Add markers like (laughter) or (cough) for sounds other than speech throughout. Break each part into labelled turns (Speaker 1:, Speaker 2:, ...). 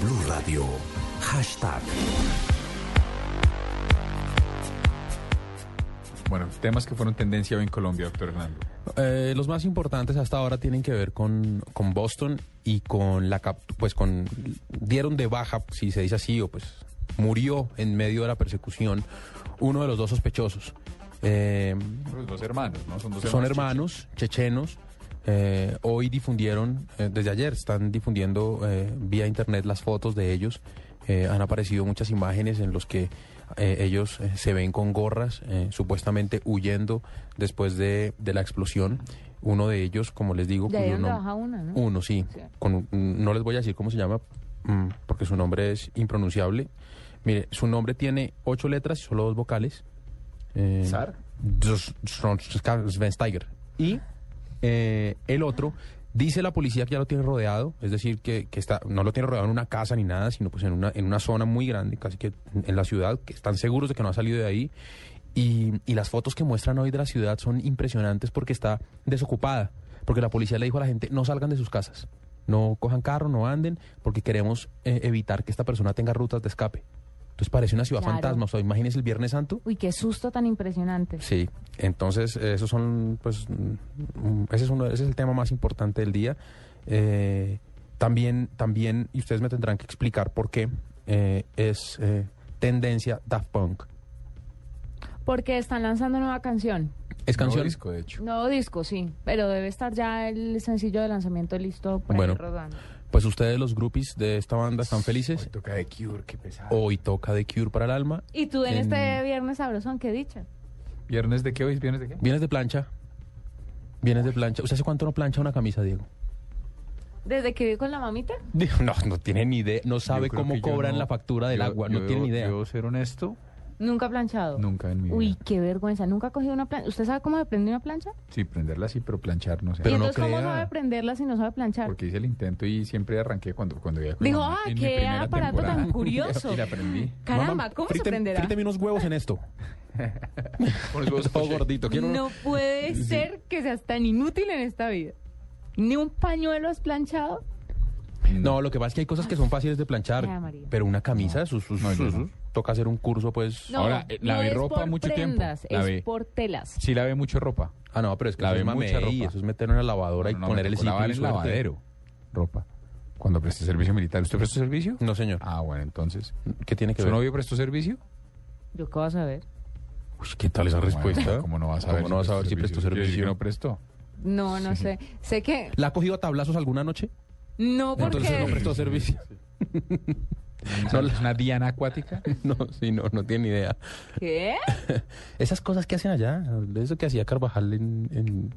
Speaker 1: Blue Radio. Hashtag.
Speaker 2: Bueno, temas que fueron tendencia hoy en Colombia, doctor Hernando.
Speaker 3: Eh, los más importantes hasta ahora tienen que ver con, con Boston y con la cap- pues con dieron de baja, si se dice así, o pues murió en medio de la persecución uno de los dos sospechosos. Eh,
Speaker 2: Los dos hermanos, ¿no? Son dos
Speaker 3: son hermanos chechenos. eh, hoy difundieron, eh, desde ayer están difundiendo eh, vía internet las fotos de ellos. Eh, han aparecido muchas imágenes en los que eh, ellos eh, se ven con gorras, eh, supuestamente huyendo después de, de la explosión. Uno de ellos, como les digo,
Speaker 4: Ya
Speaker 3: cuyo
Speaker 4: dieron de
Speaker 3: nom-
Speaker 4: baja una, ¿no?
Speaker 3: uno, sí.
Speaker 4: Sí.
Speaker 3: Con- no les voy a decir cómo se llama, mm, porque su nombre es impronunciable. Mire, su nombre tiene ocho letras y solo dos vocales. Eh,
Speaker 2: ¿Sar?
Speaker 3: Dos- son- Schweinsteiger. Y eh, el otro, dice la policía que ya lo tiene rodeado, es decir, que, que está, no lo tiene rodeado en una casa ni nada, sino pues en una, en una zona muy grande, casi que en la ciudad, que están seguros de que no ha salido de ahí. Y, y las fotos que muestran hoy de la ciudad son impresionantes porque está desocupada, porque la policía le dijo a la gente, no salgan de sus casas, no cojan carro, no anden, porque queremos eh, evitar que esta persona tenga rutas de escape. Entonces parece una ciudad
Speaker 4: Claro.
Speaker 3: fantasma, o sea, imagínense el Viernes Santo
Speaker 4: Uy, qué susto tan impresionante.
Speaker 3: Sí, entonces eh, esos son, pues, mm, ese es uno, ese es el tema más importante del día. Eh, también, también, y ustedes me tendrán que explicar por qué eh, es eh, tendencia Daft Punk.
Speaker 4: Porque están lanzando nueva canción.
Speaker 3: Es
Speaker 2: Canción.
Speaker 3: canción.
Speaker 2: disco, de hecho.
Speaker 4: Nuevo disco, sí. Pero debe estar ya el sencillo de lanzamiento listo por ahí
Speaker 3: Bueno.
Speaker 4: rodando.
Speaker 3: Pues ustedes, los groupies de esta banda, están felices.
Speaker 2: toca de Cure, qué pesado.
Speaker 3: Hoy toca The Cure para el alma.
Speaker 4: Y tú en
Speaker 3: En-
Speaker 4: este viernes sabroso, qué dicha.
Speaker 2: ¿Viernes de qué hoy? ¿Viernes de qué?
Speaker 3: Vienes de plancha. Vienes de plancha. ¿Usted hace cuánto no plancha una camisa, Diego?
Speaker 4: Desde que viví con la mamita,
Speaker 3: Digo, (laughs) No, no tiene ni idea. No
Speaker 2: Yo
Speaker 3: sabe
Speaker 2: creo
Speaker 3: cómo
Speaker 2: que yo
Speaker 3: cobran
Speaker 2: no-
Speaker 3: la factura del
Speaker 2: yo-
Speaker 3: agua.
Speaker 2: yo-
Speaker 3: no tiene ni idea.
Speaker 2: Yo, ser honesto,
Speaker 4: nunca he planchado.
Speaker 2: nunca en mi vida.
Speaker 4: Uy, qué vergüenza. Nunca he cogido una plancha. ¿Usted sabe cómo se prende una plancha?
Speaker 2: Sí, prenderla sí, pero planchar no sé.
Speaker 3: Pero
Speaker 4: ¿Y
Speaker 3: no
Speaker 4: entonces cómo
Speaker 3: crea.
Speaker 4: sabe prenderla si no sabe planchar?
Speaker 2: Porque hice el intento y siempre arranqué cuando, cuando iba con mi
Speaker 4: Dijo,
Speaker 2: mamá
Speaker 4: ah,
Speaker 2: en mi
Speaker 4: qué
Speaker 2: primera
Speaker 4: aparato
Speaker 2: temporada. (laughs)
Speaker 4: tan curioso.
Speaker 2: y la
Speaker 3: (laughs)
Speaker 2: aprendí.
Speaker 4: Caramba,
Speaker 3: Mamá,
Speaker 4: ¿cómo se
Speaker 3: frite-
Speaker 4: prenderá?
Speaker 3: fríteme unos huevos en esto.
Speaker 2: Con los (laughs) huevos
Speaker 3: Todo
Speaker 2: poché.
Speaker 3: gordito. Quiero uno-
Speaker 4: No puede ser que seas tan inútil en esta vida. Ni un pañuelo has planchado.
Speaker 3: No, lo que pasa es que hay cosas que son fáciles de planchar,
Speaker 4: Ay, María.
Speaker 3: pero una camisa, sus, sus-
Speaker 2: No, yo
Speaker 3: sus-
Speaker 2: no.
Speaker 3: toca hacer un curso, pues.
Speaker 4: No,
Speaker 2: Ahora, eh,
Speaker 4: no
Speaker 2: lavé
Speaker 4: es
Speaker 2: ropa
Speaker 4: por
Speaker 2: mucho tiempo.
Speaker 4: prendas,
Speaker 2: Lavé.
Speaker 4: Es por telas.
Speaker 2: Sí lavé mucho ropa.
Speaker 3: Ah, no, pero es que
Speaker 2: Lavé
Speaker 3: eso es
Speaker 2: mucha
Speaker 3: mamey,
Speaker 2: ropa.
Speaker 3: eso es meterlo en la lavadora
Speaker 2: No, no,
Speaker 3: y
Speaker 2: me
Speaker 3: poner el
Speaker 2: tocó
Speaker 3: sitio
Speaker 2: lavar
Speaker 3: y
Speaker 2: en
Speaker 3: suerte.
Speaker 2: lavadero. Ropa. Cuando presté servicio militar. ¿Usted prestó servicio?
Speaker 3: No, señor.
Speaker 2: Ah, bueno, entonces.
Speaker 3: ¿Qué tiene que
Speaker 2: ¿Su
Speaker 3: ver?
Speaker 2: novio prestó servicio?
Speaker 4: ¿Yo qué vas a ver?
Speaker 3: Uy, ¿qué tal esa
Speaker 2: Bueno,
Speaker 3: respuesta?
Speaker 2: ¿Cómo no vas a ver
Speaker 3: ¿Cómo no vas a ver si prestó
Speaker 2: Quiere decir que
Speaker 3: servicio?
Speaker 2: no prestó.
Speaker 4: No, no sé. Sé que
Speaker 3: ¿La ha cogido a tablazos alguna noche?
Speaker 4: no
Speaker 3: Entonces no
Speaker 4: porque...
Speaker 3: prestó servicio.
Speaker 2: No, ¿Una diana
Speaker 3: (laughs)
Speaker 2: acuática?
Speaker 3: No, sí, no, no tiene ni idea.
Speaker 4: ¿Qué?
Speaker 3: Esas cosas que hacen allá, eso que hacía Carvajal en... en-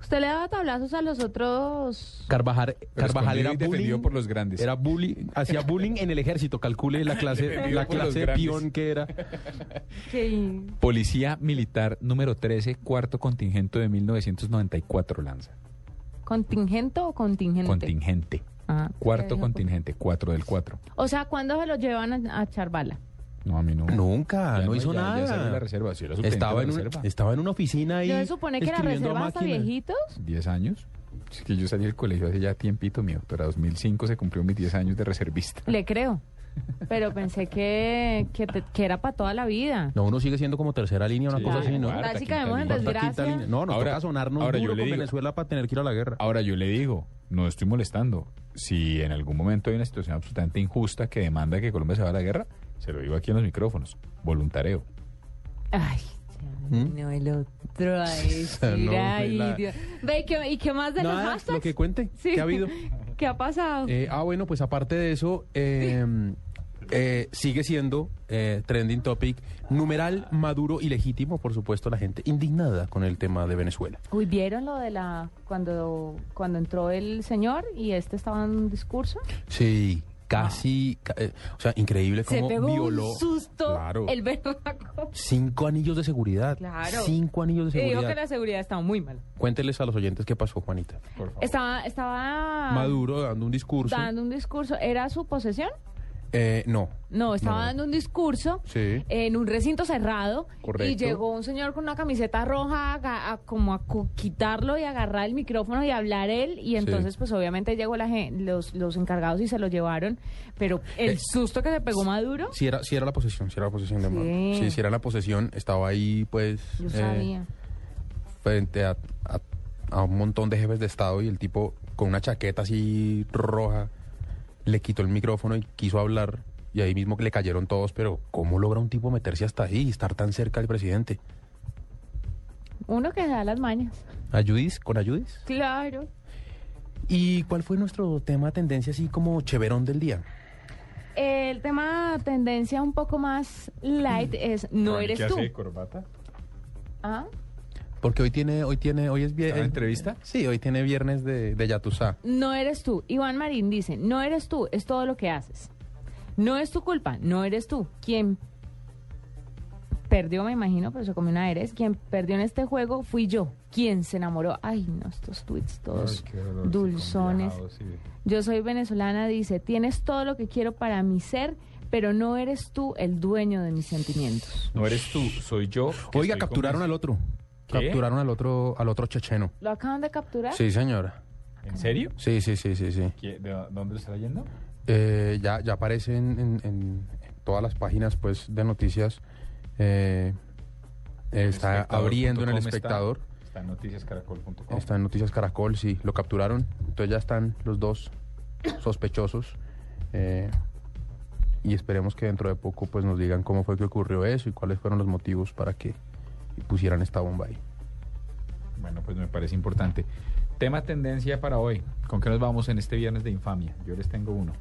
Speaker 4: ¿Usted le daba tablazos a los otros?
Speaker 3: Carvajal,
Speaker 2: Pero
Speaker 3: Carvajal
Speaker 2: escondido
Speaker 3: era
Speaker 2: y defendido
Speaker 3: bullying.
Speaker 2: por los grandes.
Speaker 3: Era bullying, hacía bullying en el ejército, calcule
Speaker 2: (laughs)
Speaker 3: la clase,
Speaker 2: Defendido
Speaker 3: la
Speaker 2: por los
Speaker 3: clase de
Speaker 2: grandes.
Speaker 3: peón que era.
Speaker 4: Que...
Speaker 2: Policía Militar número 13, cuarto contingente de 1994, Lanza.
Speaker 4: ¿Contingente o contingente?
Speaker 2: Contingente.
Speaker 4: Ah,
Speaker 2: Cuarto
Speaker 4: ok.
Speaker 2: contingente, 4 del 4.
Speaker 4: O sea, ¿cuándo se lo llevan a, a Charbala?
Speaker 2: No, a mí no.
Speaker 3: Nunca,
Speaker 2: Ya
Speaker 3: no, hizo
Speaker 2: ya- ya
Speaker 3: nada.
Speaker 2: salió de la reserva, sí, era subteniente
Speaker 3: estaba,
Speaker 2: de
Speaker 3: en
Speaker 2: la
Speaker 3: una,
Speaker 2: reserva.
Speaker 3: estaba en una oficina ahí.
Speaker 4: ¿No se supone que la
Speaker 3: escribiendo a
Speaker 4: reserva hasta
Speaker 3: máquina.
Speaker 4: viejitos?
Speaker 2: 10 años. Es que yo salí del colegio hace ya tiempito, mi doctora. 2005 se cumplió mis 10 años de reservista.
Speaker 4: Le creo. Pero pensé que, que, te- que era para toda la vida.
Speaker 3: No, uno sigue siendo como tercera línea, una
Speaker 2: Sí,
Speaker 3: cosa así, ¿no?
Speaker 2: cuarta,
Speaker 4: Así
Speaker 2: quinta
Speaker 4: caemos en
Speaker 2: línea.
Speaker 3: Cuarta,
Speaker 4: desgracia.
Speaker 3: quinta línea. No, nos
Speaker 2: Ahora-
Speaker 3: toca sonarnos
Speaker 2: ahora yo
Speaker 3: duro
Speaker 2: le
Speaker 3: con
Speaker 2: digo.
Speaker 3: Venezuela para tener que ir a la guerra.
Speaker 2: Ahora yo le digo, no estoy molestando. Si en algún momento hay una situación absolutamente injusta que demanda que Colombia se vaya a la guerra, se lo digo aquí en los micrófonos. Voluntareo.
Speaker 4: Ay, ya
Speaker 3: ¿Mm?
Speaker 4: no el otro
Speaker 3: (laughs)
Speaker 4: a decir,
Speaker 3: No,
Speaker 4: ay,
Speaker 3: la-
Speaker 4: Dios. Ve, ¿y qué, y qué más de los
Speaker 3: Nada,
Speaker 4: hashtags?
Speaker 3: lo que cuente,
Speaker 4: Sí.
Speaker 3: ¿qué ha
Speaker 4: (laughs)
Speaker 3: habido?
Speaker 4: ¿Qué ha pasado?
Speaker 3: Eh, ah, bueno, pues aparte de eso, eh, eh, sigue siendo eh, trending topic numeral maduro y legítimo, por supuesto, la gente indignada con el tema de Venezuela.
Speaker 4: Uy, ¿vieron lo de la... cuando, cuando entró el señor y este estaba en un discurso?
Speaker 3: Sí, casi, ca- eh, o sea, increíble
Speaker 4: Se
Speaker 3: cómo
Speaker 4: pegó
Speaker 3: violó.
Speaker 4: un susto
Speaker 3: Claro.
Speaker 4: el (laughs) verbaco.
Speaker 3: Cinco anillos de seguridad.
Speaker 4: Claro.
Speaker 3: Cinco anillos de
Speaker 4: Y
Speaker 3: seguridad.
Speaker 4: dijo que la seguridad estaba muy mal.
Speaker 3: Cuénteles a los oyentes qué pasó, Juanita.
Speaker 2: Por favor.
Speaker 4: Estaba, estaba
Speaker 3: Maduro dando un discurso.
Speaker 4: dando un discurso. ¿Era su posesión?
Speaker 3: Eh, no.
Speaker 4: No, estaba
Speaker 3: No.
Speaker 4: dando un discurso
Speaker 3: Sí.
Speaker 4: en un recinto cerrado y
Speaker 3: Correcto.
Speaker 4: llegó un señor con una camiseta roja a, a- como a cu- quitarlo y agarrar el micrófono y hablar él y entonces pues obviamente llegó la gen- los, los encargados y se lo llevaron, pero el
Speaker 3: Eh,
Speaker 4: susto que se pegó Maduro,
Speaker 3: Si era, si era la posesión, si era la posesión de
Speaker 4: Sí.
Speaker 3: Maduro. Sí, si era la posesión, estaba ahí, pues.
Speaker 4: yo
Speaker 3: eh,
Speaker 4: sabía.
Speaker 3: frente a, a- a un montón de jefes de Estado y el tipo con una chaqueta así roja le quitó el micrófono y quiso hablar y ahí mismo le cayeron todos, pero ¿cómo logra un tipo meterse hasta ahí y estar tan cerca del presidente?
Speaker 4: Uno que se da las mañas.
Speaker 3: ¿Ayudis? ¿Con ayudis?
Speaker 4: Claro.
Speaker 3: ¿Y cuál fue nuestro tema tendencia así como cheverón del día?
Speaker 4: El tema tendencia un poco más
Speaker 3: Mm.
Speaker 4: light es no
Speaker 2: Ronnie,
Speaker 4: eres
Speaker 2: ¿qué
Speaker 4: tú.
Speaker 2: hace de corbata?
Speaker 4: ¿Ah?
Speaker 3: Porque hoy tiene, hoy tiene, hoy es
Speaker 2: ¿Está
Speaker 3: viernes.
Speaker 2: la entrevista?
Speaker 3: Sí, hoy tiene viernes de, de Yatusá.
Speaker 4: No eres tú. Iván Marín dice, no eres tú, es todo lo que haces. No es tu culpa, no eres tú. Quien perdió, me imagino, pero se comió una eres. Quien perdió en este juego fui yo. Quien se enamoró. Ay, no, estos tweets todos
Speaker 2: Ay, qué dolor,
Speaker 4: dulzones.
Speaker 2: sí, con viajados, sí.
Speaker 4: Yo soy venezolana, dice, tienes todo lo que quiero para mi ser, pero no eres tú el dueño de mis sentimientos.
Speaker 2: No eres tú, soy yo. que
Speaker 3: Oiga,
Speaker 2: estoy
Speaker 3: capturaron al
Speaker 2: convencido.
Speaker 3: otro.
Speaker 2: ¿Qué?
Speaker 3: Capturaron al otro, al otro checheno.
Speaker 4: ¿Lo acaban de capturar?
Speaker 3: Sí, señora.
Speaker 2: ¿En serio?
Speaker 3: Sí, sí, sí, sí, sí.
Speaker 2: ¿Qué- ¿De dónde lo está yendo?
Speaker 3: Eh, ya, ya aparece en, en- en- en todas las páginas pues, de noticias. eh, está Oh.
Speaker 2: Espectador.com
Speaker 3: abriendo en el
Speaker 2: está-
Speaker 3: espectador.
Speaker 2: Está, en noticiascaracol.com.
Speaker 3: Está, en Noticias Caracol, sí, lo capturaron. Entonces ya están los dos sospechosos. eh, y esperemos que dentro de poco pues, nos digan cómo fue que ocurrió eso y cuáles fueron los motivos para que pusieran esta bomba ahí.
Speaker 2: Bueno, pues me parece importante. Tema tendencia para hoy. ¿Con qué nos vamos en este viernes de infamia? Yo les tengo uno.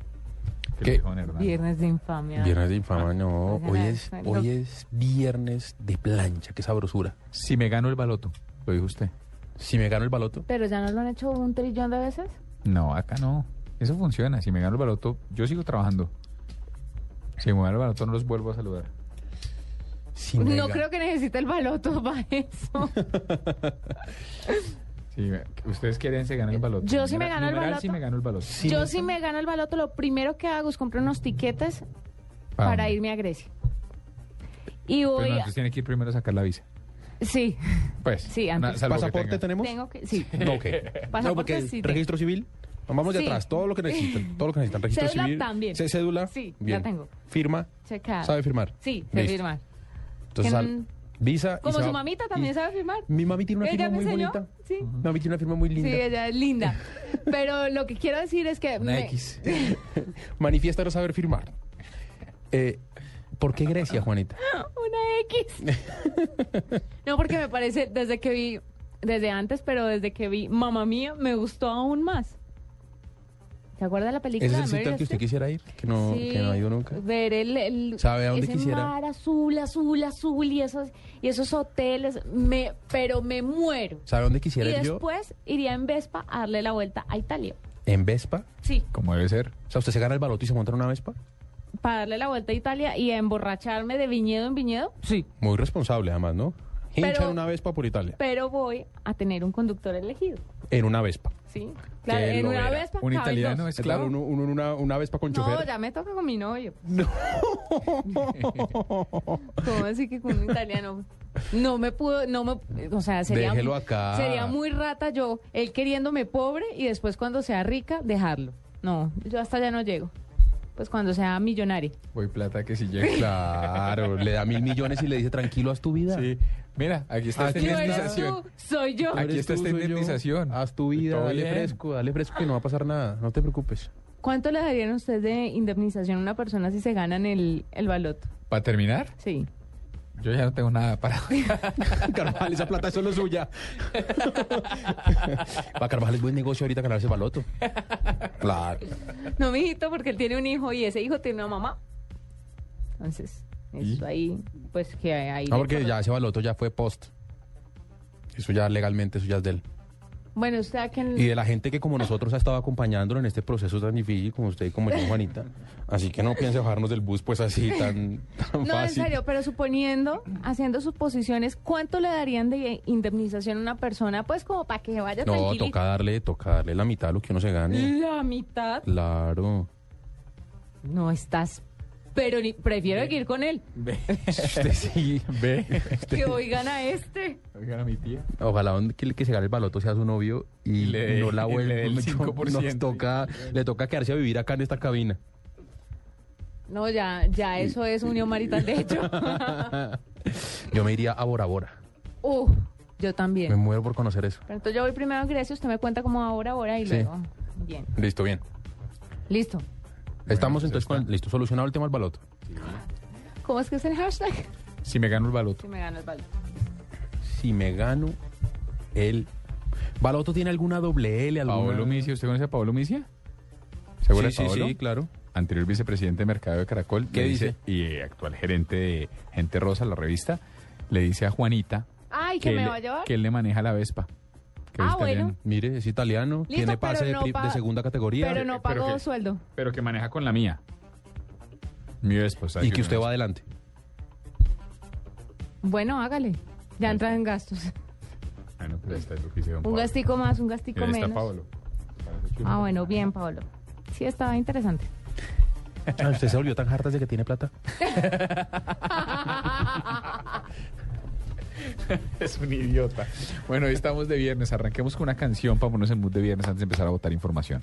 Speaker 2: Que
Speaker 3: ¿Qué?
Speaker 2: lo dijo don Hernando.
Speaker 4: Viernes de infamia.
Speaker 3: Viernes de infama, no.
Speaker 4: Oigan,
Speaker 3: Hoy
Speaker 4: a-
Speaker 3: es, hoy es viernes de plancha, qué sabrosura.
Speaker 2: Si me gano el baloto, lo dijo usted.
Speaker 3: Si me gano el baloto,
Speaker 4: ¿Pero ya no lo han hecho un trillón de veces?
Speaker 2: No, acá no. Eso funciona. Si me gano el baloto, yo sigo trabajando. Si me gano el baloto, no los vuelvo a saludar.
Speaker 3: si me
Speaker 4: No
Speaker 3: ga-
Speaker 4: creo que necesite el baloto (laughs) para eso.
Speaker 2: Si me- ustedes quieren, se ganan el baloto.
Speaker 4: Yo sí me
Speaker 2: Numeral-
Speaker 4: gano el
Speaker 2: numeral,
Speaker 4: baloto.
Speaker 2: si me gano el baloto.
Speaker 4: Yo si me gano el baloto, lo primero que hago es comprar unos tiquetes
Speaker 3: Ah.
Speaker 4: para irme a Grecia. Y
Speaker 2: Pero
Speaker 4: voy
Speaker 2: no,
Speaker 4: a...
Speaker 2: Ah, entonces tiene que ir primero a sacar la visa.
Speaker 4: Sí,
Speaker 2: Pues.
Speaker 4: Sí, antes.
Speaker 2: salvo que
Speaker 3: ¿Pasaporte
Speaker 2: tenga.
Speaker 3: tenemos?
Speaker 4: tengo que... Sí.
Speaker 3: (laughs) No, ok.
Speaker 4: Pasaporte
Speaker 3: No, porque
Speaker 4: sí tengo.
Speaker 3: registro civil. Vamos de
Speaker 4: Sí.
Speaker 3: atrás, todo lo que necesitan, todo lo que necesitan. Registro
Speaker 4: Cédula
Speaker 3: civil.
Speaker 4: también.
Speaker 3: C- Cédula.
Speaker 4: Sí, la
Speaker 3: bien.
Speaker 4: tengo.
Speaker 3: Firma.
Speaker 4: Checar.
Speaker 3: ¿Sabe firmar?
Speaker 4: Sí, se
Speaker 3: Listo.
Speaker 4: firma.
Speaker 3: Entonces,
Speaker 4: Que
Speaker 3: al-
Speaker 4: no-
Speaker 3: visa. y
Speaker 4: Como
Speaker 3: se
Speaker 4: su
Speaker 3: va-
Speaker 4: mamita
Speaker 3: y-
Speaker 4: también sabe firmar.
Speaker 3: Mi mami tiene una
Speaker 4: Ella
Speaker 3: firma
Speaker 4: me
Speaker 3: muy
Speaker 4: enseñó.
Speaker 3: bonita.
Speaker 4: Sí.
Speaker 3: Mi mami tiene una firma muy linda.
Speaker 4: Sí, ella
Speaker 3: (laughs)
Speaker 4: es linda. Pero lo que quiero decir es que...
Speaker 2: Una
Speaker 4: me-
Speaker 2: X.
Speaker 3: (laughs) Manifiesta no saber firmar. Eh, ¿Por qué Grecia,
Speaker 4: (laughs)
Speaker 3: Juanita?
Speaker 4: (laughs) Una X.
Speaker 3: (laughs)
Speaker 4: No, porque me parece, desde que vi, desde antes, pero desde que vi Mamá Mía, me gustó aún más. ¿Se acuerda la película
Speaker 3: ¿Ese es el sitio
Speaker 4: de
Speaker 3: al
Speaker 4: Meryl
Speaker 3: que usted
Speaker 4: Streep?
Speaker 3: quisiera ir? Que no,
Speaker 4: Sí,
Speaker 3: que no ha ido nunca.
Speaker 4: Ver el, el-
Speaker 3: ¿Sabe a dónde
Speaker 4: ese
Speaker 3: quisiera?
Speaker 4: mar azul, azul, azul y esos, y esos hoteles, me, pero me muero.
Speaker 3: ¿Sabe dónde
Speaker 4: Y
Speaker 3: quisiera ir yo?
Speaker 4: después iría en Vespa a darle la vuelta a Italia.
Speaker 3: En Vespa.
Speaker 4: Sí,
Speaker 2: Como debe ser.
Speaker 3: O sea, usted se gana el baloto y se monta en una Vespa.
Speaker 4: para darle la vuelta a Italia y a emborracharme de viñedo en viñedo. Sí.
Speaker 3: Muy responsable, además, ¿no? Hincha
Speaker 4: Pero-
Speaker 3: en una Vespa por Italia.
Speaker 4: Pero voy a tener un conductor elegido.
Speaker 3: En una Vespa.
Speaker 4: Sí, claro,
Speaker 3: Que
Speaker 4: en
Speaker 3: lo
Speaker 4: una
Speaker 3: verá.
Speaker 4: Vespa.
Speaker 2: Un
Speaker 4: caben
Speaker 2: italiano
Speaker 4: dos.
Speaker 2: es claro.
Speaker 3: uno, Pues uno en una, una Vespa con
Speaker 4: No,
Speaker 3: chofer.
Speaker 4: ya me toca con
Speaker 3: (laughs)
Speaker 4: mi novio. (laughs) ¿Cómo así que con un italiano? No me pudo, no me, o sea, sería,
Speaker 3: Déjelo acá.
Speaker 4: sería muy rata yo, él queriéndome pobre y después cuando sea rica, dejarlo. No, yo hasta ya no llego. Pues cuando sea millonaria.
Speaker 2: Voy plata que si llega.
Speaker 3: (laughs) Claro, le da mil millones y le dice tranquilo haz tu vida.
Speaker 2: Sí. Mira, aquí está esta
Speaker 3: Aquí
Speaker 4: No eres
Speaker 2: indemnización.
Speaker 4: tú, soy yo.
Speaker 2: Aquí
Speaker 3: Eres
Speaker 2: está
Speaker 3: tú,
Speaker 2: esta
Speaker 3: soy yo.
Speaker 2: indemnización.
Speaker 3: Haz tu
Speaker 2: Y
Speaker 3: vida,
Speaker 2: todo
Speaker 3: dale
Speaker 2: bien.
Speaker 3: fresco, dale fresco que no va a pasar nada, no te (laughs) preocupes.
Speaker 4: ¿Cuánto le darían ustedes de indemnización a una persona si se ganan el, el baloto?
Speaker 2: Para terminar,
Speaker 4: Sí.
Speaker 2: yo ya no tengo nada para. (laughs)
Speaker 3: Carvajal, esa plata es solo suya. Para Carvajal es buen negocio ahorita ganarse (laughs) baloto. Claro.
Speaker 4: No, mijito, porque él tiene un hijo y ese hijo tiene una mamá. Entonces,
Speaker 2: ¿Y?
Speaker 4: eso ahí, pues que ahí.
Speaker 3: No, porque ya ese baloto ya fue post. Eso ya legalmente, eso ya es de él.
Speaker 4: Bueno, usted a quién-
Speaker 3: Y de la gente que como nosotros ha estado acompañándolo en este proceso tan difícil, como usted y como yo, Juanita. Así que no piense bajarnos del bus pues así tan, tan
Speaker 4: No, en
Speaker 3: fácil.
Speaker 4: serio, pero suponiendo, haciendo suposiciones, ¿cuánto le darían de indemnización a una persona? Pues como para que vaya
Speaker 3: No,
Speaker 4: tranquilita.
Speaker 3: toca darle, toca
Speaker 4: Mm.
Speaker 3: darle la mitad de lo que uno se gane.
Speaker 4: La mitad.
Speaker 3: Claro.
Speaker 4: No estás pero ni- prefiero que ir con él. (laughs)
Speaker 2: Ve.
Speaker 3: Usted sí, ve.
Speaker 4: Que oigan a este.
Speaker 2: Oigan a mi tía.
Speaker 3: Ojalá un- que el que se gane el baloto sea su novio y,
Speaker 2: Y le dé-
Speaker 3: no la
Speaker 2: y le
Speaker 3: vuelva.
Speaker 2: dé el
Speaker 3: no-
Speaker 2: 5%.
Speaker 3: Nos toca, le toca quedarse a vivir acá en esta cabina.
Speaker 4: No, ya, ya eso es unión marital, de
Speaker 3: (laughs)
Speaker 4: hecho.
Speaker 3: Yo me iría a Bora Bora.
Speaker 4: Uh, yo
Speaker 3: Me
Speaker 4: también.
Speaker 3: muero por conocer eso.
Speaker 4: Pero entonces yo voy primero a Grecia, usted me cuenta cómo va ahora, ahora y
Speaker 3: Sí.
Speaker 4: luego. Bien.
Speaker 3: Listo, bien.
Speaker 4: Listo.
Speaker 3: Estamos
Speaker 2: pues
Speaker 3: entonces
Speaker 2: está.
Speaker 3: con el- listo, solucionado el tema del baloto.
Speaker 4: ¿Cómo es que es el hashtag?
Speaker 2: Si me gano el baloto.
Speaker 4: Si me gano el balón.
Speaker 3: Si me gano el baloto tiene alguna doble L, alguna
Speaker 2: Paolo Micia, ¿usted conoce a Paolo Micia? ¿Seguro
Speaker 3: sí, sí, sí, claro.
Speaker 2: Anterior vicepresidente de Mercado de Caracol.
Speaker 3: ¿Qué
Speaker 2: le
Speaker 3: dice?
Speaker 2: Y eh, actual gerente de Gente Rosa, la revista, le dice a Juanita
Speaker 4: Ay, que me
Speaker 2: él,
Speaker 4: va a llevar.
Speaker 2: que él le maneja la Vespa. que
Speaker 4: Ah,
Speaker 2: es
Speaker 4: bueno.
Speaker 2: italiano,
Speaker 3: Mire, es italiano,
Speaker 4: Listo,
Speaker 3: tiene
Speaker 4: pero
Speaker 3: pase de,
Speaker 4: no
Speaker 3: pri- de
Speaker 4: pa-
Speaker 3: segunda categoría
Speaker 4: Pero no
Speaker 2: eh, pero
Speaker 4: pagó
Speaker 2: que-
Speaker 4: sueldo.
Speaker 2: Pero que maneja con la mía. Mi Vespa. o sea,
Speaker 3: y que usted
Speaker 2: no-
Speaker 3: va adelante.
Speaker 4: Bueno, hágale. Ya entran en gastos.
Speaker 2: Ah, no, pero esta es lo que hicieron
Speaker 4: Un
Speaker 2: Paolo.
Speaker 4: gastico más, un gastico
Speaker 2: Mira, ahí está
Speaker 4: menos.
Speaker 2: Paolo.
Speaker 4: Ah, bueno, bien, Pablo. Sí, estaba interesante.
Speaker 3: Ah, usted se volvió tan harta de que tiene plata.
Speaker 2: (laughs) Es un idiota. Bueno, hoy estamos de viernes. Arranquemos con una canción para ponernos en mood de viernes antes de empezar a votar información.